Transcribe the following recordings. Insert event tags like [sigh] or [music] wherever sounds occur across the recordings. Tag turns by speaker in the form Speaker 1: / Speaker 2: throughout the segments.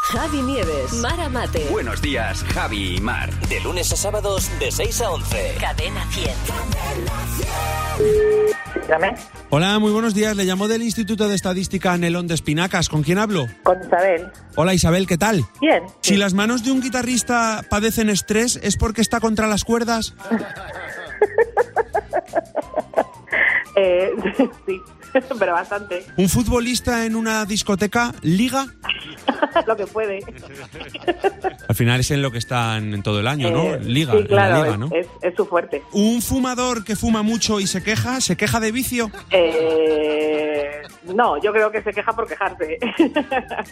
Speaker 1: Javi Nieves, Mara Mate,
Speaker 2: Buenos días, Javi y Mar.
Speaker 3: De lunes a sábados de 6 a 11.
Speaker 1: Cadena 100.
Speaker 4: Dígame,
Speaker 5: Hola, muy buenos días. Le llamo del Instituto de Estadística Nelón de Espinacas. ¿Con quién hablo?
Speaker 4: con Isabel.
Speaker 5: Hola Isabel, ¿qué tal?
Speaker 4: Bien.
Speaker 5: Si las manos de un guitarrista padecen estrés, ¿es porque está contra las cuerdas?
Speaker 4: Eh, [laughs] sí, pero bastante. [laughs]
Speaker 5: ¿Un futbolista en una discoteca liga?
Speaker 4: Lo que puede.
Speaker 5: Al final es en lo que están en todo el año, ¿no?
Speaker 4: Eh,
Speaker 5: Liga,
Speaker 4: sí,
Speaker 5: en
Speaker 4: claro,
Speaker 5: la liga,
Speaker 4: es-
Speaker 5: ¿no?
Speaker 4: es, es su fuerte.
Speaker 5: ¿Un fumador que fuma mucho y se queja? ¿Se queja de vicio?
Speaker 4: Eh, no, yo creo que se queja por quejarse. [laughs]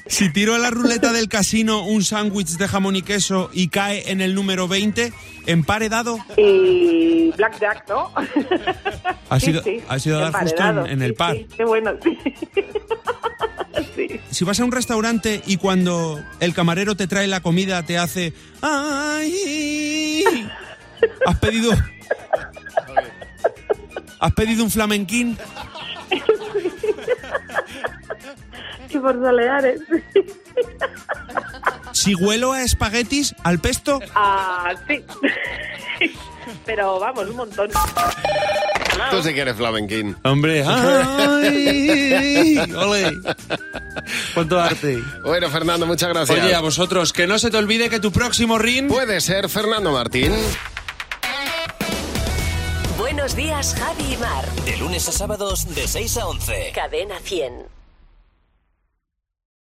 Speaker 5: Si tiro a la ruleta del casino un sándwich de jamón y queso y cae en el número 20, emparedado,
Speaker 4: y Blackjack, ¿no?
Speaker 5: ha
Speaker 4: Sí,
Speaker 5: sido,
Speaker 4: [laughs] sí,
Speaker 5: ha sido dar justo en,
Speaker 4: emparedado,
Speaker 5: en el
Speaker 4: sí,
Speaker 5: par.
Speaker 4: sí, qué bueno, sí. [laughs] sí.
Speaker 5: Si vas a un restaurante y cuando el camarero te trae la comida te hace... ¡Ay! Has pedido... Has pedido un flamenquín.
Speaker 4: Y por soleares.
Speaker 5: Si huelo a espaguetis, al pesto,
Speaker 4: ah, sí. [laughs] pero vamos, un montón.
Speaker 6: Tú sí que eres flamenquín.
Speaker 5: Hombre, ay, [laughs] ole. ¿Cuánto arte?
Speaker 6: Bueno, Fernando, muchas gracias.
Speaker 5: Oye, a vosotros, que no se te olvide que tu próximo ring...
Speaker 6: Puede ser Fernando Martín.
Speaker 1: Buenos días, Javi y Mar.
Speaker 3: De lunes a sábados de 6 a 11.
Speaker 1: Cadena 100.